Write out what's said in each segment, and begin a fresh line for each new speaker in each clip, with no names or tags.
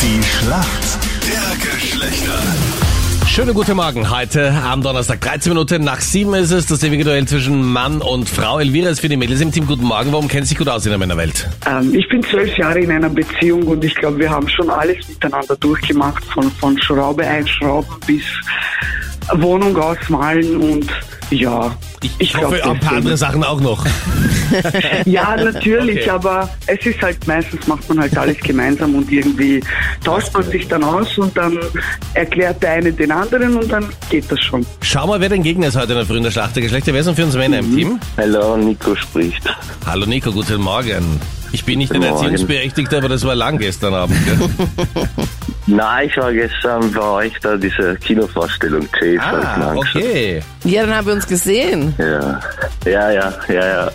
Die Schlacht der Geschlechter.
Schönen guten Morgen. Heute am Donnerstag, 13 Minuten nach 7 ist es, das ewige Duell zwischen Mann und Frau. Elvira ist für die Mädels im Team. Guten Morgen. Warum kennt sich gut aus in der Männerwelt?
Ähm, ich bin zwölf Jahre in einer Beziehung und ich glaube, wir haben schon alles miteinander durchgemacht, von, von Schraube einschrauben bis Wohnung ausmalen und ja.
Ich
glaub,
hoffe, ein paar
deswegen-
andere Sachen auch noch.
Ja, natürlich,
Okay.
aber es ist halt meistens macht man halt alles gemeinsam und irgendwie tauscht man sich dann aus und dann erklärt der eine den anderen und dann geht das schon.
Schau mal, wer dein Gegner ist heute in der frühen der Schlacht der Geschlechter. Wer ist denn für uns Männer
Mhm.
im Team?
Hallo, Nico spricht.
Hallo Nico, guten Morgen. Ich bin nicht ein
Guten Morgen.
Erziehungsberechtigter, aber das war lang gestern Abend. Gell?
Na, ich war gestern bei euch da diese Kinovorstellung Chase. hab ich mir
ah,
angeschaut.
okay.
Ja, dann haben wir uns gesehen.
Ja, ja, ja, ja. ja.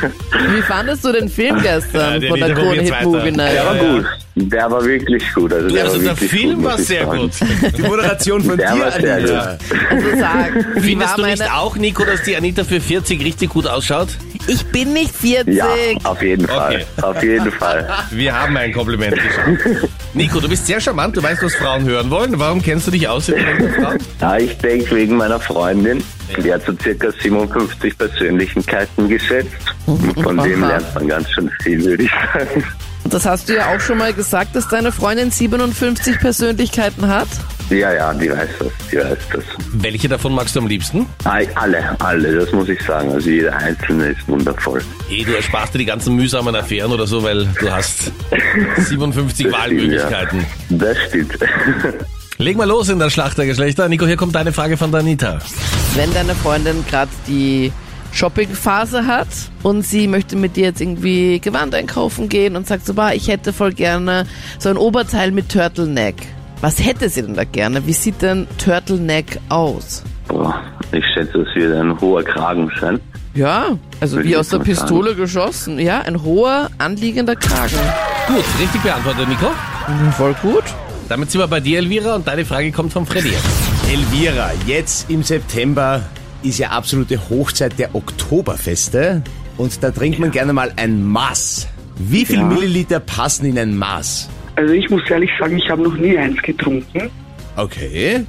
Wie fandest du den Film
Ja,
gestern
der
von der
Lieder
Krone
probiert's
Hit Movie
weiter.
Night?
Der war
Ja, ja.
gut. Der war wirklich gut. Also der,
Also
war
der
wirklich
Film
gut,
war
muss ich
sehr
sagen.
gut.
Die Moderation von
Der
dir,
war sehr
Anita.
gut.
Also sag, wie war
Findest du nicht
meine...
auch, Nico, dass die Anita für 40 richtig gut ausschaut?
Ich bin nicht 40.
Ja, auf jeden Fall.
Okay.
Auf jeden Fall.
Wir haben ein Kompliment geschafft. Nico, du bist sehr charmant, du weißt, was Frauen hören wollen. Warum kennst du dich aus in der Welt der Frauen?
Ja, ich denke wegen meiner Freundin. Die hat so circa 57 Persönlichkeiten geschätzt. Und von dem
Aha.
lernt man ganz schön viel, würde ich sagen.
Und Das hast du ja auch schon mal gesagt, dass deine Freundin 57 Persönlichkeiten hat.
Ja, ja, die weiß das. Die weiß das.
Welche davon magst du am liebsten?
Ei, Alle, alle, das muss ich sagen. Also jeder Einzelne ist wundervoll.
Eh, du ersparst dir die ganzen mühsamen Affären oder so, weil du hast 57 Wahlmöglichkeiten.
Stimmt, ja. Das stimmt.
Leg mal los in der Schlacht der Geschlechter. Nico, hier kommt deine Frage von der Anita.
Wenn deine Freundin gerade die Shoppingphase hat und sie möchte mit dir jetzt irgendwie Gewand einkaufen gehen und sagt so, bah, ich hätte voll gerne so ein Oberteil mit Turtleneck. Was hätte sie denn da gerne? Wie sieht denn Turtleneck aus?
Boah, ich schätze, es wird ein hoher Kragen sein.
Ja, also
Würde
wie
ich
aus der
jetzt mal
Pistole geschossen. Ja, ein hoher, anliegender Kragen.
Gut, richtig beantwortet, Nico.
Voll gut.
Damit sind wir bei dir, Elvira, und deine Frage kommt von Freddy.
Elvira, jetzt im September ist ja absolute Hochzeit der Oktoberfeste und da trinkt man gerne mal ein Maß. Wie viel Milliliter passen in ein Maß?
Also ich muss ehrlich sagen, ich habe noch nie eins getrunken,
Okay.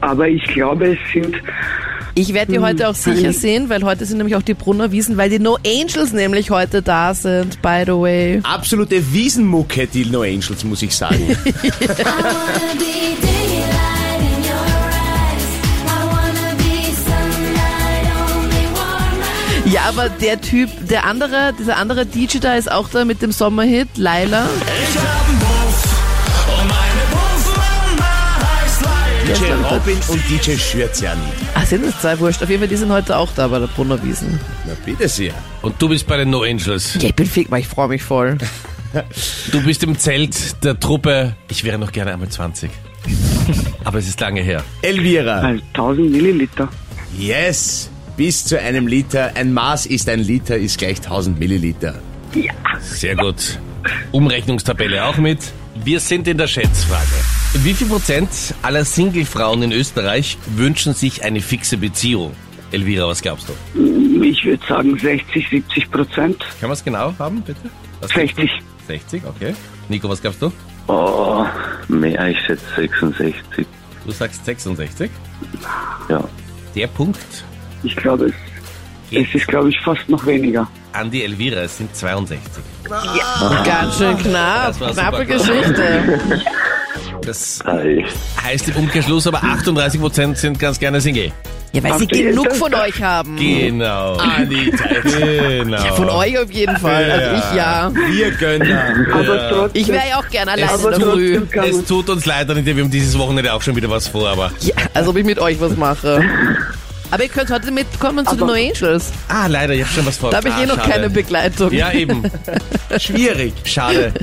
aber ich glaube, es sind
Ich werde die heute auch sicher sehen, weil heute sind nämlich auch die Brunner Wiesen, weil die No Angels nämlich heute da sind, by the way.
Absolute Wiesenmucke, die No Angels, muss ich sagen.
I wanna be daylight in your eyes. I wanna be sunlight, only warm.
Ja, aber der Typ, der andere, dieser andere DJ da ist auch da mit dem Sommerhit, Laila.
DJ Robin und DJ Schürzian.
Ach, Ah, sind das zwei Wurscht. Auf jeden Fall, die sind heute auch da bei der Brunner Wiesen.
Na bitte sehr.
Und du bist bei den No Angels.
Ja, ich bin fake, weil ich freue mich voll.
Du bist im Zelt der Truppe. Ich wäre noch gerne einmal 20. Aber es ist lange her.
Elvira,
also 1000 Milliliter.
yes, bis zu einem Liter. Ein Maß ist ein Liter, ist gleich 1000 Milliliter.
Sehr gut. Umrechnungstabelle auch mit. Wir sind in der Schätzfrage. Wie viel Prozent aller Singlefrauen in Österreich wünschen sich eine fixe Beziehung? Elvira, was glaubst du?
Ich würde sagen 60, 70 Prozent.
Können wir es genau haben, bitte? Was
60.
60, okay. Nico, was glaubst du?
Oh, mehr, ich schätze 66.
Du sagst 66.
Ja.
Der Punkt
Ich glaube, es, es ist, glaube ich, fast noch weniger.
an die Elvira, es sind 62.
Ganz schön knapp.
Das war
Knappe
super.
Geschichte.
Das
Ei.
heißt im Umkehrschluss, aber 38 Prozent sind ganz gerne Single.
Ja, weil sie genug von euch haben.
Genau. Anita. Genau.
Von euch auf jeden Fall. Also ich ja. Also
Wir Gönner.
Aber trotzdem,
Ich wäre ja auch gerne alleine in
aber
der Früh.
trotzdem kann
Es
man,
tut uns leid, Anita, wir haben dieses Wochenende auch schon wieder was vor, aber...
Ja, als ob ich mit euch was mache. Aber ihr könnt heute mitkommen zu den No Angels.
Ah, leider, ich habe schon was vor.
Da habe ich
ah,
eh noch
schade.
keine Begleitung.
Ja, eben. Schwierig. Schade.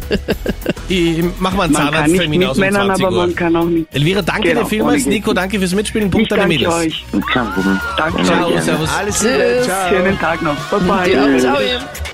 Ich, mach mal einen
man kann nicht
Zahnarzttermin
mit
aus um
Männern,
20
aber
Uhr.
man kann auch nicht.
Elvira, danke
Genau,
dir vielmals.
ohne geht
Nico, danke fürs Mitspielen.
Ich
Punkt an die
danke
Mädels.
euch.
Kein Problem.
Danke.
Ciao,
Gerne.
servus.
Alles
Tschüss.
Liebe, ciao.
Schönen Tag noch. Bye
Dir auch.
bye.
Ciao, ihr.